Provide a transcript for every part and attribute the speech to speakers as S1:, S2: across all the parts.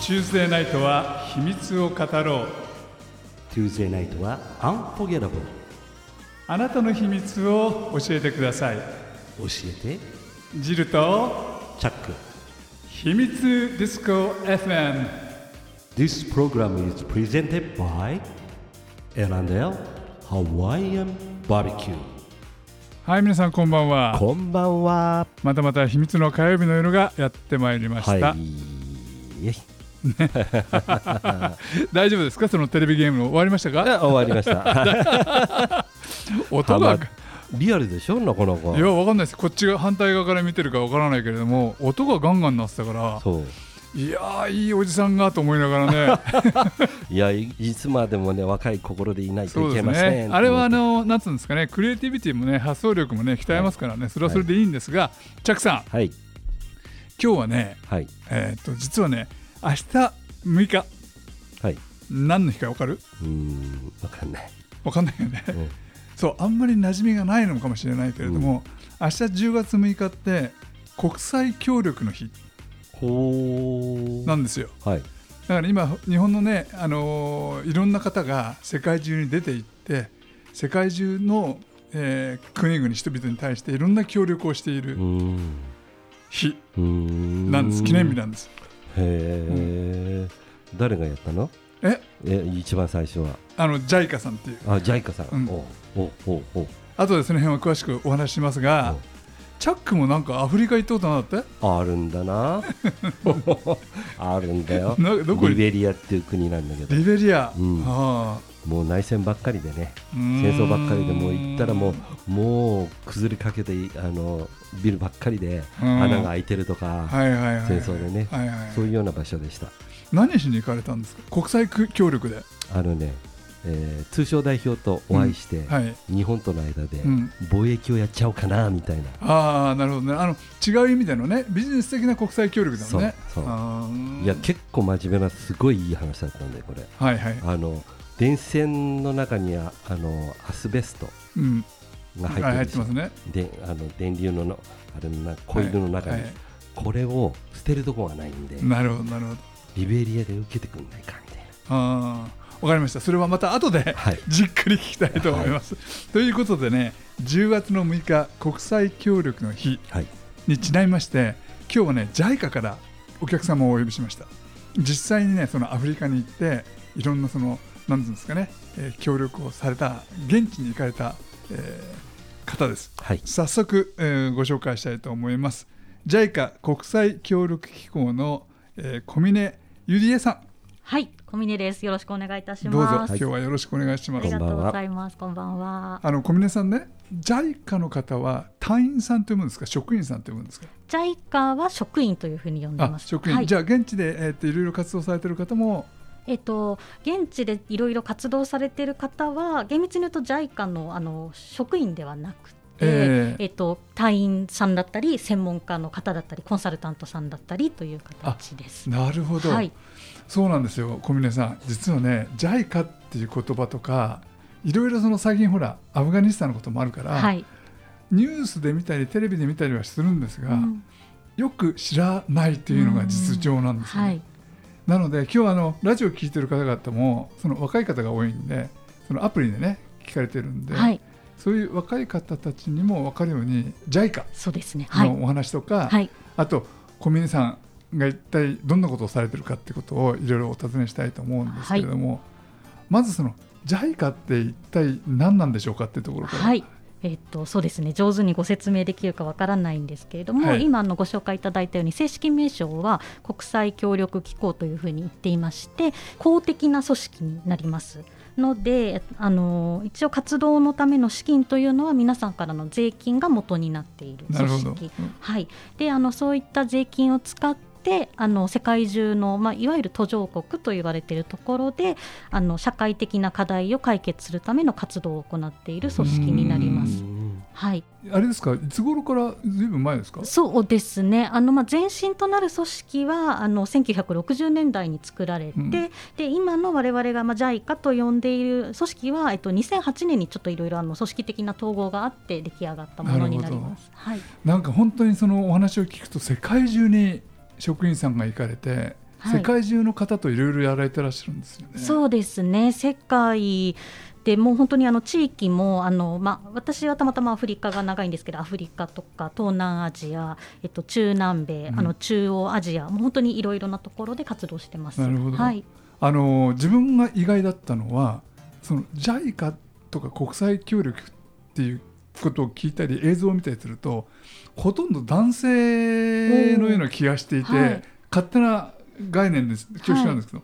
S1: チューズデーナイトは秘密を語ろう
S2: Tuesday night は Unforgettable
S1: あなたの秘密を教えてください
S2: 教えて
S1: ジルと
S2: チャック
S1: 秘密ディスコ FM
S2: This program is presented by L&L Hawaiian Barbecue
S1: はい皆さんこんばんは
S2: こんばんは
S1: またまた秘密の火曜日の夜がやってまいりました、
S2: はいえい
S1: 大丈夫ですかそのテレビゲーム終わりましたか
S2: あ終わりました
S1: 音が
S2: はまリアルでしょなかなか
S1: いやわかんないですこっちが反対側から見てるかわからないけれども音がガンガン鳴ってたから
S2: そう
S1: いやーいいおじさんがと思いながらね
S2: いやいいつまでもね若い心でいない
S1: そ
S2: と
S1: う
S2: い
S1: で
S2: け
S1: す
S2: ませ
S1: ね
S2: ん
S1: あれはあのなんつうんですかねクリエイティビティもね発想力もね鍛えますからね、それはそれでいいんですが、チャックさん
S2: はい
S1: 今日はね
S2: はい
S1: えーっと実はね明日6日
S2: はいう
S1: 何の日かわかる
S2: ーんわか んない
S1: わかんないよね、
S2: ん
S1: そうあんまり馴染みがないのかもしれないけれども、明日10月6日って国際協力の日
S2: ほ
S1: なんですよ
S2: はい
S1: だから今日本のね、あのーいろんな方が世界中に出ていって世界中の、えー国々人々に対していろんな協力をしていうる
S2: ーん
S1: 日
S2: うーん
S1: なんです、記念日なんです
S2: へえ、誰がやったの
S1: え
S2: え一番最初は
S1: あの JICA さんっていう
S2: あジャイカさん、
S1: うん
S2: おおおお
S1: あとでその辺は詳しくお話ししますが
S2: うん
S1: チャックもなんかアフリカ行ったことなかった
S2: あるんだ なあるんだよ
S1: などこに
S2: リベリアっていう国なんだけど
S1: リベリア、
S2: うん
S1: ああ
S2: もう内戦ばっかりでね
S1: うーん
S2: 戦争ばっかりでもう行ったらもうもう崩れかけてあのビルばっかりで
S1: うん
S2: 穴が開いてるとか、
S1: はいはいはいはい
S2: 戦争でね
S1: はいはいはい
S2: そういうような場所でした
S1: 何しに行かれたんですか国際協力で
S2: あのね、えー通商代表とお会いして、
S1: はい
S2: 日本との間で
S1: うん
S2: 貿易をやっちゃおうかなみたいな、
S1: ああなるほどねあの違う意味でのねビジネス的な国際協力だもんね
S2: そうそう
S1: あー
S2: いや結構真面目なすごいいい話だったんでこれ
S1: はいはい
S2: あの電線の中にああのアスベスト
S1: うん
S2: が入
S1: はい入っ
S2: ってるで
S1: て
S2: しょ
S1: ますね
S2: であの電流ののあれのなコイルの中に、
S1: はいは
S2: これを捨てるとこがないんで
S1: いなるほどなるほど
S2: リベリアで受けてくんないかみたいな
S1: あーわかりましたそれはまた後で、
S2: はい
S1: じっくり聞きたいと思います、ということでね10月の6日国際協力の日
S2: はい
S1: にちなみまして今日はね JICA からお客様をお呼びしました実際にねそのアフリカに行っていろんなその何ていうんですかね、えー協力をされた現地に行かれた、えー方です
S2: はい
S1: 早速、えーご紹介したいと思います JICA 国際協力機構の、えー小峰ゆりえさ
S3: はい、小峰です。よろしくお願いいたし
S1: んどうぞ、
S3: ます。
S1: 今日はよろしくお願いし
S3: あ
S1: ます
S3: りがとう
S2: こんばんは
S3: ございます。こんばんは。
S1: あの小峰さんね JICA の方は隊員さんと呼ぶんですか職員さんと呼ぶんですか
S3: ジャイカは職員というふうに呼んで
S1: あ
S3: ます。
S1: 職員、
S3: はい
S1: じ、ゃあ現地で、えーっといろいろ活動されてる方も
S3: えっと、現地でいろいろ活動されている方は、厳密に言うとジャイカのあの職員ではなくて。
S1: え
S3: え
S1: え
S3: っと、隊員さんだったり専門家の方だったりコンサルタントさんだったりという形です。
S1: なるほど、
S3: はい、
S1: そうなんですよ小峰さん実はね JICA っていう言葉とかいろいろその最近ほらアフガニスタンのこともあるから、
S3: はい、
S1: ニュースで見たりテレビで見たりはするんですが、
S3: うん
S1: よく知らないというのが実情なんですよね、
S3: はい、
S1: なので今日あのラジオ聞いてる方々もその若い方が多いんでそのアプリでね聞かれてるんで、
S3: はい、
S1: そういう若い方たちにも分かるように JICA
S3: そうですね。はい、
S1: のお話とか、
S3: はい、
S1: あと小峰さんが一体どんなことをされてるかってことをいろいろお尋ねしたいと思うんですけれども、まずその JICA って一体何なんでしょうかっていうところから、
S3: はい。えっとそうですね上手にご説明できるかわからないんですけれども、
S1: はい
S3: 今のご紹介いただいたように正式名称は国際協力機構というふうに言っていまして公的な組織になりますのであの一応活動のための資金というのは皆さんからの税金が元になっている
S1: なる
S3: 組
S1: ほ
S3: 織
S1: ど、うん
S3: はい、であのそういった税金を使ってあの世界中の、まあ、いわゆる途上国と言われているところであの社会的な課題を解決するための活動を行っている組織になりま
S2: う
S3: す。
S2: ん
S3: はい、
S1: あれですかいつ頃からずいぶん前ですか
S3: そうですねあの、まあ、前身となる組織はあの1960年代に作られて、
S1: うん
S3: で今の我々が、まあ、JICA と呼んでいる組織は、えっと、2008年にちょっといろいろあの組織的な統合があって出来上がったものになります。はい
S1: なんか本当にそのお話を聞くと世界中に職員さんが行かれて
S3: はい
S1: 世界中の方といろいろやられてらっしゃるんですよね。
S3: そうですね世界でもう本当にあの地域もあの、まあ、私はたまたまアフリカが長いんですけどアフリカとか東南アジア、えっと、中南米、
S1: うん
S3: あの中央アジアもう本当にいろいろなところで活動してます。
S1: なるほど
S3: はい
S1: あの自分が意外だったのはその JICA とか国際協力っていうことを聞いたり映像を見たりするとほとんど男性のような気がしていて、
S3: おーはい
S1: 勝手な概念です恐縮なんですけど、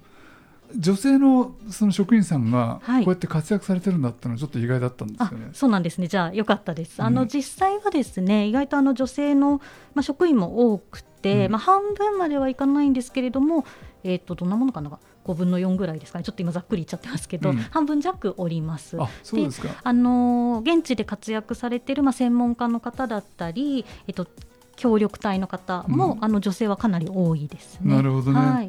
S1: 女性のその職員さんがこ
S3: はいう
S1: やって活躍されてるんだったのはちょっと意外だったんです
S3: あ
S1: よね。
S3: そうなんですね、じゃあよかったです。あの、
S1: うん
S3: 実際はですね、意外とあの女性の、まあ、職員も多くて、
S1: うん
S3: まあ、半分まではいかないんですけれども、えっとどんなものかな、5分の4ぐらいですかね、ちょっと今ざっくり言っちゃってますけど、
S1: うん
S3: 半分弱おります。
S1: あそうですか。
S3: あのー現地で活躍されてる、まあ、専門家の方だったり、えっと、協力隊の方も、
S1: うん
S3: あの女性はかなり多いですね。
S1: なるほどね
S3: はい、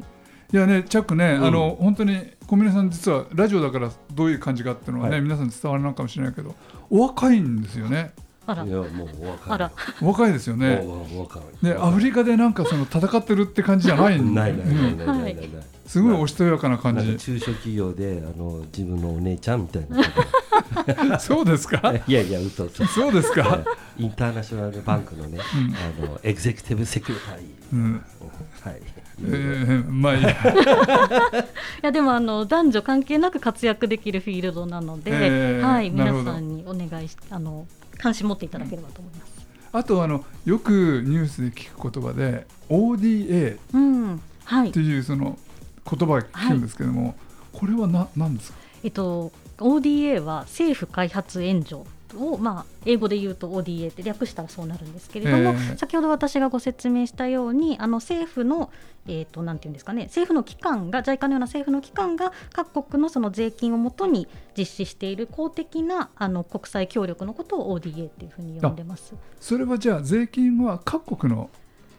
S1: いやねチャックね、
S2: うん
S1: あの本当に小峰さん実はラジオだからどういう感じかっていうのはね、
S2: はい
S1: 皆さん伝わらないかもしれないけどお若いんですよね。
S3: あら
S2: いやもうお若い
S3: あら
S1: お若いですよね。
S2: もうお若い
S1: ね、アフリカでなんかその戦ってるって感じじゃないんで
S2: ないないないないないない
S1: すごいおしとやかな感
S2: なんか
S1: じ。
S2: 中小企業であの自分のお姉ちゃんみたいな
S1: そうですか。
S2: いやいや嘘嘘
S1: そうですか。
S2: インターナショナルバンクのね、あのエグゼクティブセキュリテ
S1: うん、
S2: ィはい、
S1: えーまあいいや。
S3: いやでもあの男女関係なく活躍できるフィールドなので、
S1: えー
S3: はい、
S1: なるほ
S3: 皆
S1: ど
S3: さんにお願いしあの関心持っていただければと思います。
S1: あとあのよくニュースで聞く言葉で ODA っ
S3: うん、はい
S1: て、いうその言葉が聞くんですけども、これはななんですか。
S3: えっと ODA は政府開発援助をまあ英語で言うと ODA って略したらそうなるんですけれども、
S1: えー
S3: 先ほど私がご説明したようにあの政府のえっとなんていうんですかね政府の機関が JICA のような政府の機関が各国のその税金をもとに実施している公的なあの国際協力のことを ODA っていうふうに呼んでます。
S1: それはじゃあ税金は各国の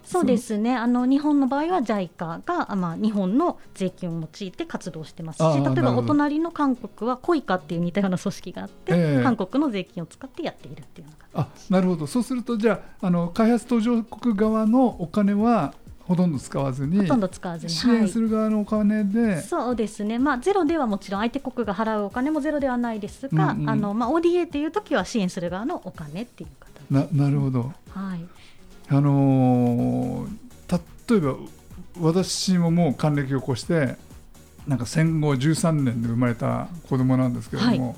S3: そうですねあの日本の場合は JICA が、あまあ、日本の税金を用いて活動してますし
S1: あー
S3: 例え
S1: なる
S3: ば
S1: ほど
S3: お隣の韓国は COICA っていう似たような組織があって、
S1: ええ
S3: 韓国の税金を使ってやっているっていうのが
S1: あなるほどそうするとじゃああの開発途上国側のお金はほとんど使わずに
S3: ほとんど使わずに。
S1: 支援す
S3: はい
S1: る側のお金で、
S3: そうですね、まあ、ゼロではもちろん相手国が払うお金もゼロではないですが、
S1: うんうん
S3: あのまあ、ODA っていう時は支援する側のお金っていう形
S1: ななるほど、
S3: はい、
S1: あのー例えば私ももう還暦を越してなんか戦後13年で生まれた子供なんですけれども、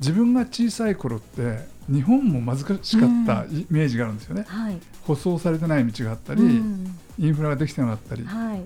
S1: 自分が小さい頃って日本も貧しかったイメージがあるんですよね、
S3: はい
S1: 舗装されてない道があったり、
S3: うん
S1: インフラができてなかったり、
S3: はい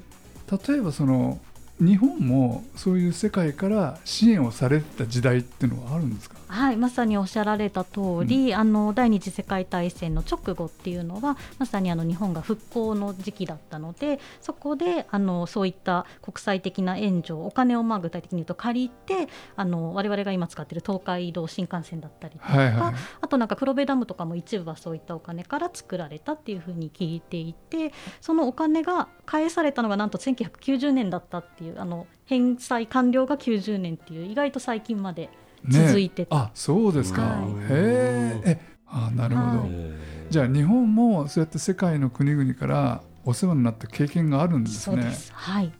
S1: 例えばその日本もそういう世界から支援をされてた時代っていうのはあるんですか、
S3: はい、まさにおっしゃられた通り、あの第二次世界大戦の直後っていうのはまさにあの日本が復興の時期だったのでそこであのそういった国際的な援助お金をまあ具体的に言うと借りてあの我々が今使っている東海道新幹線だったりとか、
S1: はいはい
S3: あとなんか黒部ダムとかも一部はそういったお金から作られたっていうふうに聞いていてそのお金が返されたのがなんと1990年だったっていうあの返済完了が90年っていう意外と最近まで。
S1: ね
S3: 続いてた
S1: あそうですか、
S3: はい
S1: へええあなるほど、
S3: はい
S1: じゃあ日本もそうやって世界の国々からお世話になった経験があるんです
S3: そう
S1: ね
S3: です。はい。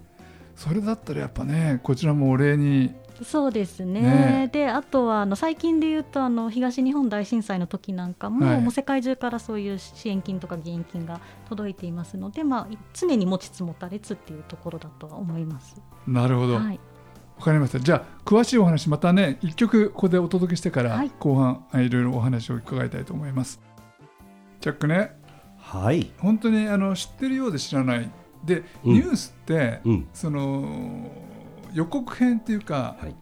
S1: それだったらやっぱねこちらもお礼に
S3: そうですね。
S1: ねえ
S3: で、あとはあの最近で言うとあの東日本大震災の時なんかも、
S1: はい
S3: もう世界中からそういう支援金とか義援金が届いていますので、まあ常に持ちつ持たれつっていうところだとは思います。
S1: なるほどわ、
S3: はい。
S1: かりましたじゃあ詳しいお話またね一曲ここでお届けしてから、
S3: はい
S1: 後半あいろいろお話を伺いたいと思いますジャックね
S2: はい、
S1: 本当にあの知ってるようで知らないで、
S2: うん
S1: ニュースって、
S2: うん
S1: その予告編っていうか、
S2: はい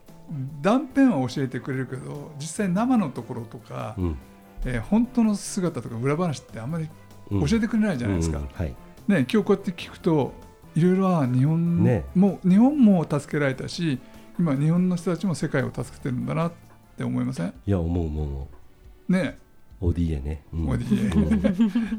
S1: 断片は教えてくれるけど実際生のところとか、
S2: うん
S1: えー本当の姿とか裏話ってあんまり
S2: うん、
S1: 教え
S2: て
S1: てくれないじゃないですか、
S2: うんはい、
S1: ね、今日こうやって聞くといろいろは日本,、
S2: ね
S1: もう日本も助けられたし今日本の人たちも世界を助けてるんだなって思いません
S2: いや思う思う思
S1: ね
S2: う ODA ね、うん、
S1: モディ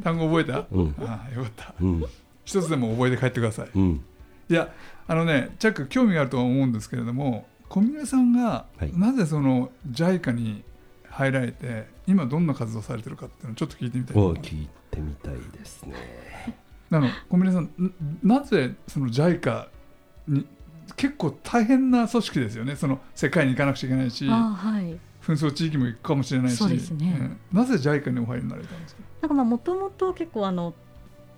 S1: 単語覚えた、
S2: うん
S1: ああよかった
S2: うん
S1: 一つでも覚えて帰ってください
S2: うん
S1: いやあのねチャック興味があるとは思うんですけれども小宮さんが
S2: はい
S1: なぜその JICA に入られて、今どんな活動されてるかっていうのをちょっと聞いてみたいと
S2: を
S1: 思います
S2: 聞いてみたいですね
S1: あの小宮さんんなぜその JICA に結構大変な組織ですよねその世界に行かなくちゃいけないし紛
S3: あはい
S1: 争地域も行くかもしれないし
S3: そうですね
S1: うんなぜ JICA にお入りになれたんですか
S3: なんかまあもともと結構あの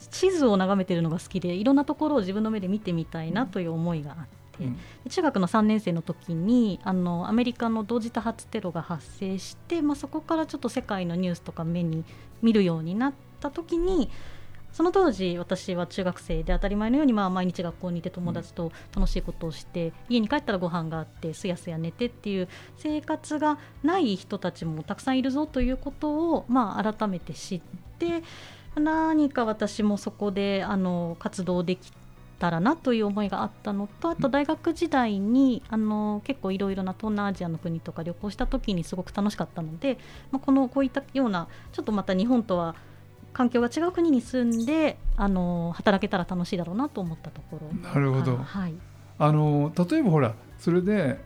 S3: 地図を眺めてるのが好きでいろんなところを自分の目で見てみたいなという思いがあって。
S1: うん
S3: 中学の3年生の時にあのアメリカの同時多発テロが発生して、まあ、そこからちょっと世界のニュースとか目に見るようになった時にその当時私は中学生で当たり前のようにまあ毎日学校にいて友達と楽しいことをして、家に帰ったらご飯があってすやすや寝てっていう生活がない人たちもたくさんいるぞということを、まあ、改めて知って何か私もそこであの活動できたらなという思いがあったのとあと大学時代にあの結構いろいろな東南アジアの国とか旅行した時にすごく楽しかったので、まあ、このこういったようなちょっとまた日本とは環境が違う国に住んであの働けたら楽しいだろうなと思ったところ
S1: なるほど
S3: からはい、
S1: あの例えばほらそれで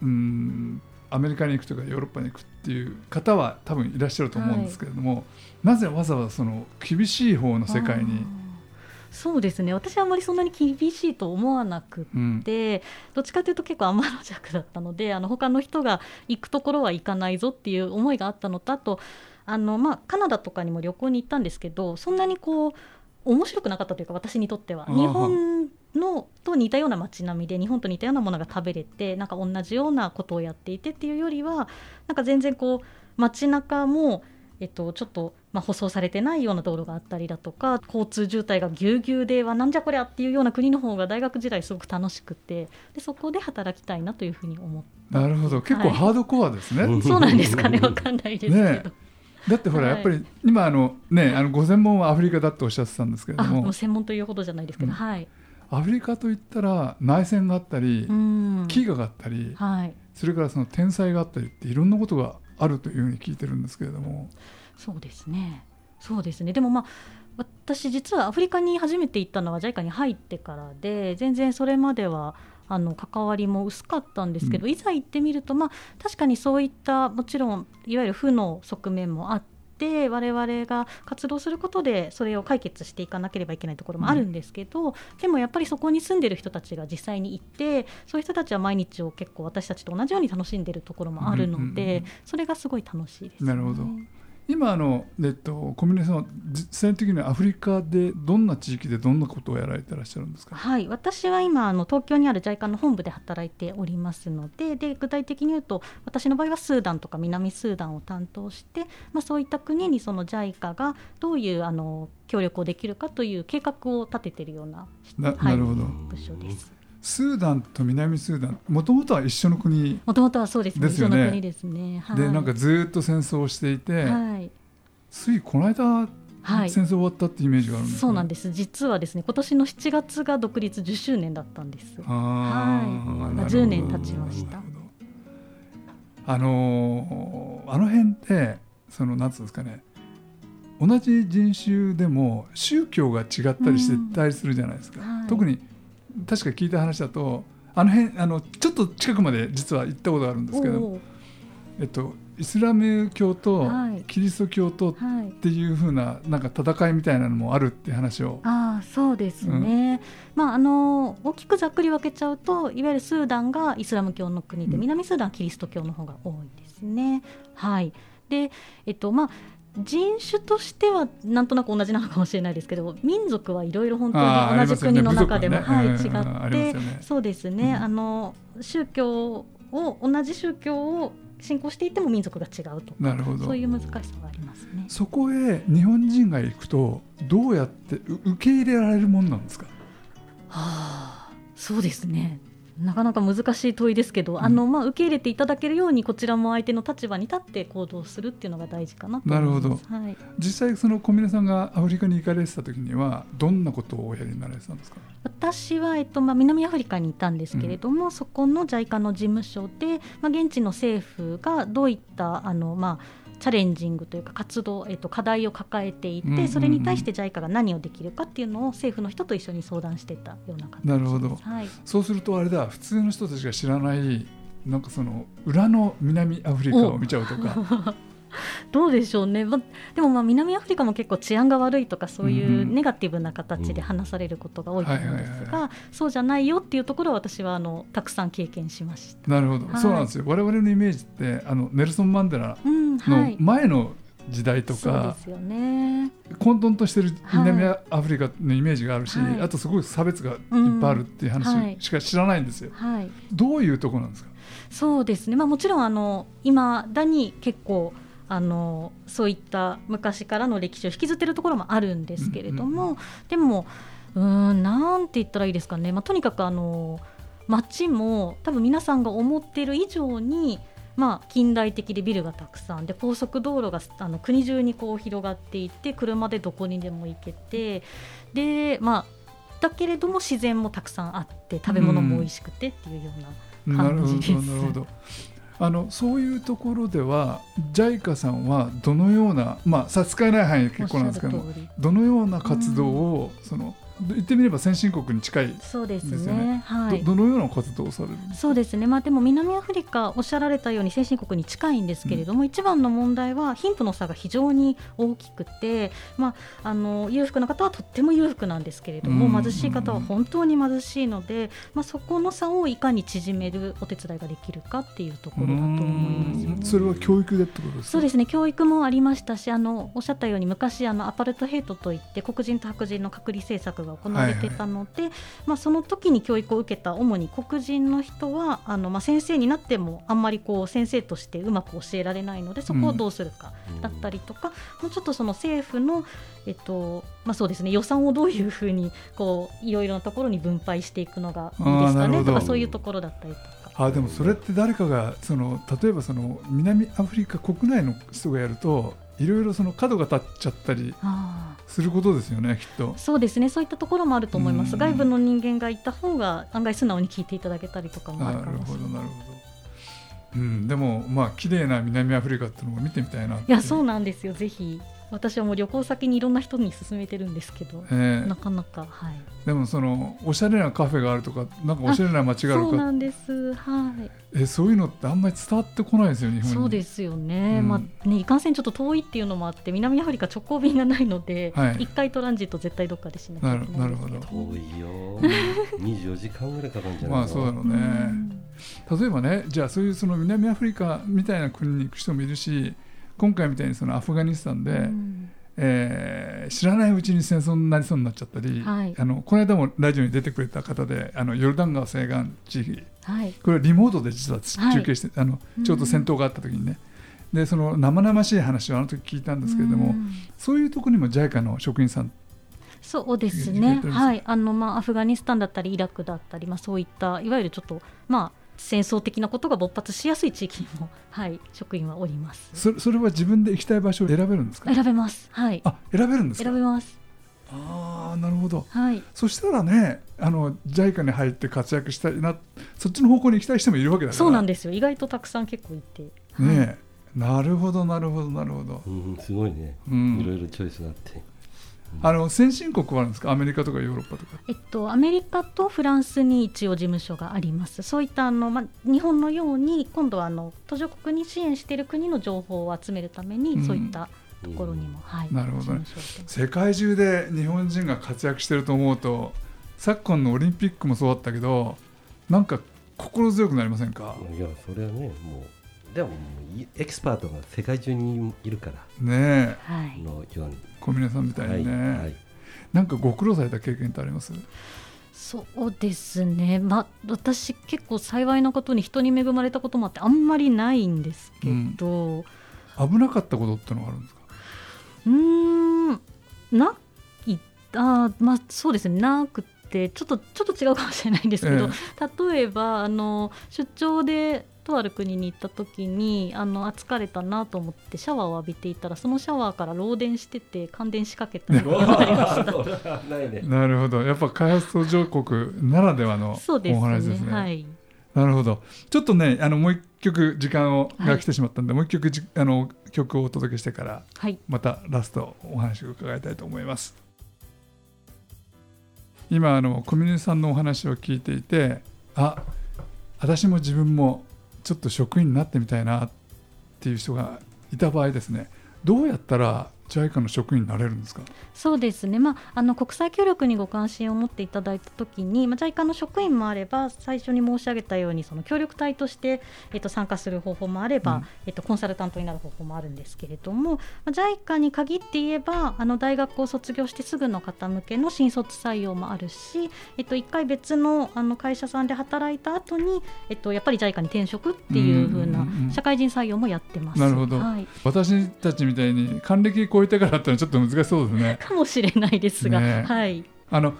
S1: うんアメリカに行くとかヨーロッパに行くっていう方は多分いらっしゃると思うんですけれども、なぜわざわざその厳しい方の世界
S3: あー
S1: に、
S3: そうですね私はあまりそんなに厳しいと思わなく
S1: うん、
S3: でどっちかというと結構天の弱だったのであの他の人が行くところは行かないぞっていう思いがあったのとあとあの、まあ、カナダとかにも旅行に行ったんですけどそんなにこう面白くなかったというか私にとっては
S1: あ
S3: 日本のと似たような街並みで日本と似たようなものが食べれてなんか同じようなことをやっていてっていうよりはなんか全然こう街中もえっと、ちょっと、まあ、舗装されてないような道路があったりだとか交通渋滞がぎゅうぎゅうではなんじゃこりゃっていうような国の方が大学時代すごく楽しくてでそこで働きたいなというふうに思 っ
S1: なるほど結構
S3: はい
S1: ハードコアですね、
S2: うん
S3: てそうなんですかねわかんないですけど、
S1: ねだってほら
S3: はい
S1: やっぱり今あのねあのご専門はアフリカだっておっしゃってたんですけれど
S3: あも
S1: も
S3: う専門というほどじゃないですけど、
S1: うん
S3: はい、
S1: アフリカといったら内戦があったり
S3: うん
S1: 飢餓があったり
S3: はい、
S1: それからその天災があったりっていろんなことがあるというふうに聞いてるんですけれども
S3: そうですねそうですねでもまあ私実はアフリカに初めて行ったのは JICA に入ってからで全然それまではあの関わりも薄かったんですけど、
S1: う
S3: いざ行ってみると、まあ、確かにそういったもちろんいわゆる負の側面もあって我々が活動することでそれを解決していかなければいけないところもあるんですけど、でもやっぱりそこに住んでる人たちが実際にいてそういう人たちは毎日を結構私たちと同じように楽しんでるところもあるので、
S1: うんうんうん
S3: それがすごい楽しいです、
S1: なるほど今あの、えっと、小峰さんは実際的にアフリカでどんな地域でどんなことをやられてらっしゃるんですか
S3: はい、私は今あの東京にある JICA の本部で働いておりますのでで具体的に言うと私の場合はスーダンとか南スーダンを担当して、まあ、そういった国にその JICA がどういうあの協力をできるかという計画を立てているような
S1: な,、
S3: は
S1: な
S3: い
S1: るほど
S3: 部署です。
S1: スーダンと南スーダンもともとは一緒の国
S3: もともとはそうですね。
S1: ですよね
S3: 一緒の国ですね。はい、
S1: でなんかずっと戦争をしていて、
S3: はい
S1: ついこの間
S3: はい。
S1: 戦争終わったってイメージがあるんですね
S3: そうなんです。実はですね、今年の7月が独立10周年だったんです。
S1: あー
S3: はい
S1: なるほど
S3: 10年経ちまし
S1: な
S3: た
S1: るほどあのーあの辺ってそのなんつうんですかね同じ人種でも宗教が違ったりして
S3: うん
S1: 対立するじゃないですか、
S3: はい
S1: 特に確か聞いた話だとあの辺あのちょっと近くまで実は行ったことがあるんですけど、
S3: おー
S1: えっと、イスラム教と
S3: はい
S1: キリスト教とっ
S3: はい。
S1: ていう風ななんか戦いみたいなのもあるっていう話を
S3: ああそうですね、まああの大きくざっくり分けちゃうといわゆるスーダンがイスラム教の国で
S1: うん
S3: 南スーダンはキリスト教の方が多いですね。はい、で、えっとまあ、人種としてはなんとなく同じなのかもしれないですけど民族はいろいろ本当
S1: あーあ
S3: に
S1: りま
S3: 同じ
S1: すよね
S3: 国の中でも、
S1: 部族
S3: は
S1: が
S3: い、
S1: ね
S3: 違って、
S1: うんありますよね
S3: そうですね、
S1: うん
S3: あの宗教を同じ宗教を信仰していても民族が違うと
S1: なるほど
S3: そういう難しさがありますね。
S1: そこへ日本人が行くとどうやってう受け入れられるもんなんですか
S3: はあ、そうですね。なかなか難しい問いですけど、あのまあ受け入れていただけるようにこちらも相手の立場に立って行動するっていうのが大事かなと思います。
S1: なるほ
S3: ど。はい。
S1: 実際その小峰さんがアフリカに行かれてた時にはどんなことをおやりになられてたんですか
S3: 私は、えっとまあ、南アフリカにいたんですけれども、そこの JICA の事務所で、まあ、現地の政府がどういったあの、まあ、チャレンジングというか活動、えっと、課題を抱えていて、
S1: うんうんうん
S3: それに対して JICA が何をできるかっていうのを政府の人と一緒に相談してたような感じ
S1: なるほど
S3: はい、
S1: そうするとあれだ普通の人たちが知らないなんかその裏の南アフリカを見ちゃうとか
S3: どうでしょうね、ま、でもまあ南アフリカも結構治安が悪いとかそういううんネガティブな形で話されることが多いと思うんです
S1: はいはい
S3: がそうじゃないよっていうところは私はあのたくさん経験しまし た。
S1: なるほど、
S3: はい
S1: そうなんですよ我々のイメージってあのネルソン・マンデラ
S3: うんは
S1: の
S3: い、
S1: 前の時代とか、
S3: そうですよね
S1: 混沌としてる南
S3: は
S1: アフリカのイメージがあるし、
S3: はい
S1: あとすごい差別がいっぱいあるっていう
S3: うんはい
S1: 話しか知らないんですよ。
S3: はい
S1: どういうとこなんですか。
S3: そうですね、まあ、もちろんあの今だに結構あのそういった昔からの歴史を引きずってるところもあるんですけれど
S1: う
S3: も、
S1: ん
S3: でもうーんなんて言ったらいいですかね、まあ、とにかくあの街も多分皆さんが思ってる以上に、まあ、近代的でビルがたくさんで高速道路があの国中にこう広がっていて車でどこにでも行けてで、まあ、だけれども自然もたくさんあって食べ物も美味しくてっていうような。
S1: なるほど
S3: 感じです
S1: なるほど。あのそういうところでは JICA さんはどのようなまあ差し支えない範囲で結構なんですけど
S3: おっし
S1: も
S3: ゃる通り
S1: どのような活動を、その言ってみれば先進国に近い、
S3: そうですね
S1: ですよね
S3: はい
S1: どどのような活動をされるんです
S3: そうですねまあでも南アフリカおっしゃられたように先進国に近いんですけれども、一番の問題は貧富の差が非常に大きくて、まあ、あの裕福な方はとっても裕福なんですけれども、
S1: うん
S3: 貧しい方は本当に貧しいので、まあ、そこの差をいかに縮めるお手伝いができるかっていうところだと思います
S1: うーん
S3: ね。
S1: それは教育でってことですか
S3: そうですね教育もありましたしあのおっしゃったように昔あのアパルトヘイトといって黒人と白人の隔離政策が行われてたので、まあ、その時に教育を受けた主に黒人の人はあの、まあ、先生になってもあんまりこう先生としてうまく教えられないのでそこをどうするかだったりとか、もうちょっとその政府の、えっとまあ、そうですね予算をどういうふうにこういろいろなところに分配していくのがいいです
S1: あーなる
S3: か
S1: ほ
S3: ね
S1: ど
S3: とかそういうところだったりとか。
S1: あでもそれって誰かがその例えばその南アフリカ国内の人がやるといろいろその角が立っちゃったり
S3: あー
S1: することですよねきっと。
S3: そうですね、そういったところもあると思いま
S1: う
S3: す。
S1: ん
S3: 外部の人間がいた方が案外素直に聞いていただけたりとかもあ
S1: なる
S3: るかもし
S1: ほ
S3: れ
S1: ど
S3: ない。
S1: なるほど。うんでもまあ綺麗な南アフリカっていうのを見てみたいなって
S3: いや、そうなんですよ。ぜひ私はもう旅行先にいろんな人に勧めてるんですけど、
S1: ええ
S3: なかなかはい。
S1: でもそのおしゃれなカフェがあるとかなんかおしゃれな街がある
S3: そ
S1: と
S3: う
S1: か
S3: なんです。はい。
S1: えそういうのってあんまり伝わってこないですよ日本に
S3: そうですよね。
S1: うん
S3: まあね、いかんせんちょっと遠いっていうのもあって、南アフリカ直行便がないので、
S1: はい
S3: 一回トランジット絶対どっかでしなきゃいけないんですけ
S1: なるなるほど
S2: 遠いよ24時間ぐらいかかるんじゃないの
S1: まあそうだろうね、
S3: うん
S1: 例えばねじゃあそういうその南アフリカみたいな国に行く人もいるし今回みたいにそのアフガニスタンで、
S3: うん
S1: えー知らないうちに戦争になりそうになっちゃったり、
S3: はい
S1: あのこの間もラジオに出てくれた方であのヨルダン川西岸地域
S3: はい。
S1: これはリモートで実は
S3: はい
S1: 中継して、あのちょうど戦闘があった時にね、でその生々しい話をあの時聞いたんですけれども、
S3: うん
S1: そういうところにも JICA の職員さん
S3: そうです
S1: 入れ
S3: ね、
S1: てるんですね
S3: はいあのまあ、アフガニスタンだったりイラクだったり、まあ、そういったいわゆるちょっと、まあ、戦争的なことが勃発しやすい地域にも、 はい、職員はおります。
S1: それそれは自分で行きたい場所を選べるんですか
S3: 選べます、はい、
S1: あ選べるんですか
S3: 選べます、
S1: ああなるほど
S3: はい、
S1: そしたらねあの JICA に入って活躍したいなそっちの方向に行きたい人もいるわけだから
S3: そうなん
S1: で
S3: ですよ、意外とたくさん結構いて、
S1: すねえなるほどなるほどなるほど、
S2: うんすごいね
S1: う
S2: いろ
S1: ん、
S2: いろチョイスがあって
S1: あの先進国はあるんですかアメリカとかヨーロッパとか
S3: えっと、アメリカとフランスに一応事務所があります、そういったあの、まあ、日本のように、今度はあの途上国に支援している国の情報を集めるために、
S1: うん
S3: そういったところにも、はい、
S1: なるほどね
S3: 事務所を
S1: 世界中で日本人が活躍してると思うと昨今のオリンピックもそうだったけどなんか心強くなりませんか
S2: いやそれはねもうでももういエキスパートが世界中にいるから
S1: ねえ
S3: はい
S2: のように
S1: 小峰さんみたいにね、
S2: はいはい
S1: なんかご苦労された経験ってあります
S3: そうですね、まあ、私、結構幸いなことに人に恵まれたこともあってあんまりないんですけど、
S1: 危なかったことってのがあるんですか
S3: うーん、ないあー、まあ、そうですね、なくてちょっと、ちょっと違うかもしれないんですけど、例えばあの出張でとある国に行った時にあのあ疲れたなと思ってシャワーを浴びていたらそのシャワーから漏電してて感電しかけたりとかありました。
S2: それはないね
S1: なるほどやっぱ開発途上国ならではの
S3: そうです
S1: お話ですね。
S3: はい
S1: なるほどちょっとねあのもう一曲時間を
S3: は
S1: が
S3: い
S1: 来てしまったんで、もう一曲じあの曲をお届けしてから
S3: はい
S1: またラストお話を伺いたいと思います。今あの小峰さんのお話を聞いていてあ私も自分もちょっと職員になってみたいなっていう人がいた場合ですねどうやったら JICA の職員になれるんですか
S3: そうですね、まあ、あの国際協力にご関心を持っていただいたときに、まあ、JICA の職員もあれば、最初に申し上げたように、その協力隊として、えっと、参加する方法もあれば、
S1: うん
S3: えっと、コンサルタントになる方法もあるんですけれども、まあ、JICA に限って言えば、あの大学を卒業してすぐの方向けの新卒採用もあるし、えっと、一回別のあの会社さんで働いた後に、えっと、やっぱり JICA に転職っていう風
S1: うん
S3: な
S1: うんうんうん
S3: 社会人採用もやってます。
S1: なるほど
S3: はい、
S1: 私たちみたいに還暦超えてからってのはちょっと難しそうですね。
S3: かもしれないですが、
S1: ねえ
S3: はい。
S1: あの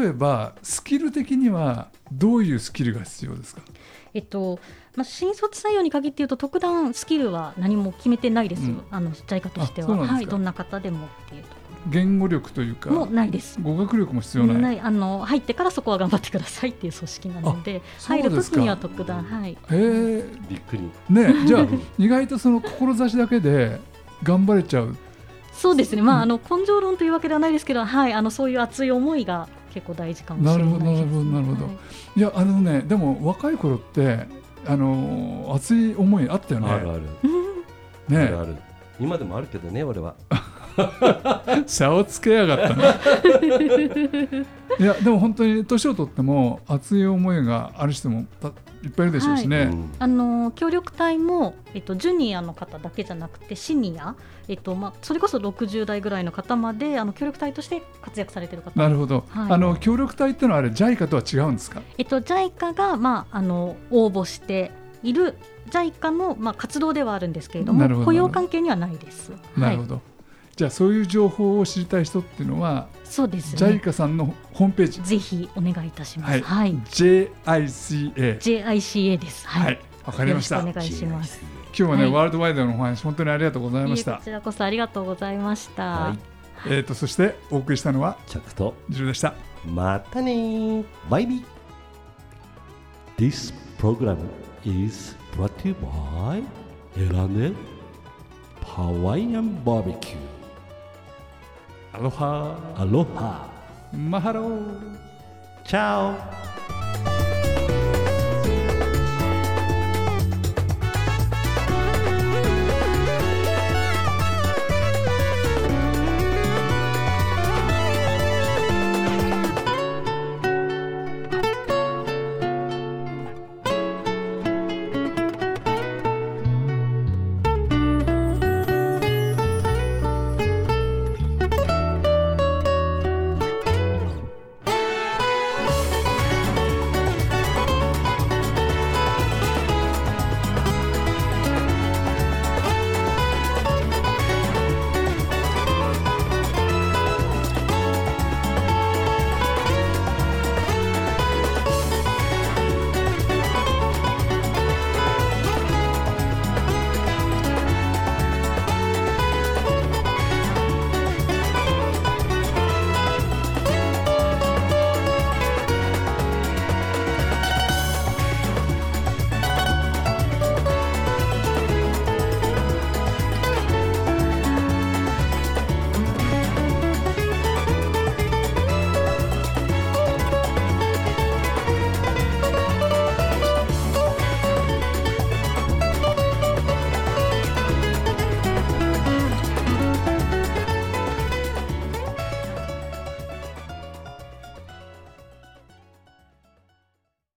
S1: 例えばスキル的にはどういうスキルが必要ですか
S3: えっとまあ、新卒採用に限って言うと特段スキルは何も決めてないですよ、
S1: うん
S3: あの JICA として
S1: あそうなんで
S3: は
S1: すか
S3: はい、どんな方でもっていうとこ
S1: 言語力というか
S3: ろもないです。
S1: 語学力も必要ない
S3: ないあの入ってからそこは頑張ってくださいっていう組織なので
S1: あそう
S3: 入
S1: ですか
S3: る時には特段はい
S1: へえ
S2: びっくり。
S1: ねじゃあ意外とその志だけで頑張れちゃう
S3: そうですねまあ,、
S1: うん
S3: あの根性論というわけではないですけどはいあのそういう熱い思いが結構大事かもしれないです、
S1: なるほどなるほどなるほど
S3: はい
S1: いやあのねでも若い頃ってあの熱い思いあったよね
S2: あるある。
S3: うん
S2: あ
S1: ね
S2: るある。今でもあるけどね、俺は。
S1: 差をつけやがったないやでも本当に年を取っても熱い思いがある人もたいっぱいいるでしょうしね、
S2: うん
S3: あの協力隊も、えっと、ジュニアの方だけじゃなくてシニア、えっとまあ、それこそ60代ぐらいの方まであの協力隊として活躍されてる方
S1: なるほど、
S3: はい
S1: あの協力隊ってのはあれ JICA とは違うんですか
S3: えっと、JICA が、まあ、あの応募している JICA の、まあ、活動ではあるんですけれど
S1: なるほ
S3: も
S1: ど
S3: 雇用関係にはないです。
S1: なる
S3: は
S1: ほ
S3: い、
S1: ど、じゃあそういう情報を知りたい人っていうのは、
S3: そうですね
S1: JICA さんのホームページ
S3: ぜひお願いいたします。
S1: は
S3: はいい、
S1: JICA
S3: JICA です。
S1: は
S3: はい
S1: いわ、かりました
S3: よろ
S1: 今
S3: くお願いします。
S1: 日はね、
S3: はい
S1: ワールドワイドのお話本当にありがとうございまし
S3: いえ
S1: た
S3: こちらこそありがとうございました。
S2: はい。
S1: えー、とそしてお送りしたのは
S2: 着と。
S1: ジルでした
S2: またねーバイビー This program is brought to you by エラネハワイアンバーベキュ
S1: アロハ
S2: ーアロハ
S1: マハロー
S2: チャオ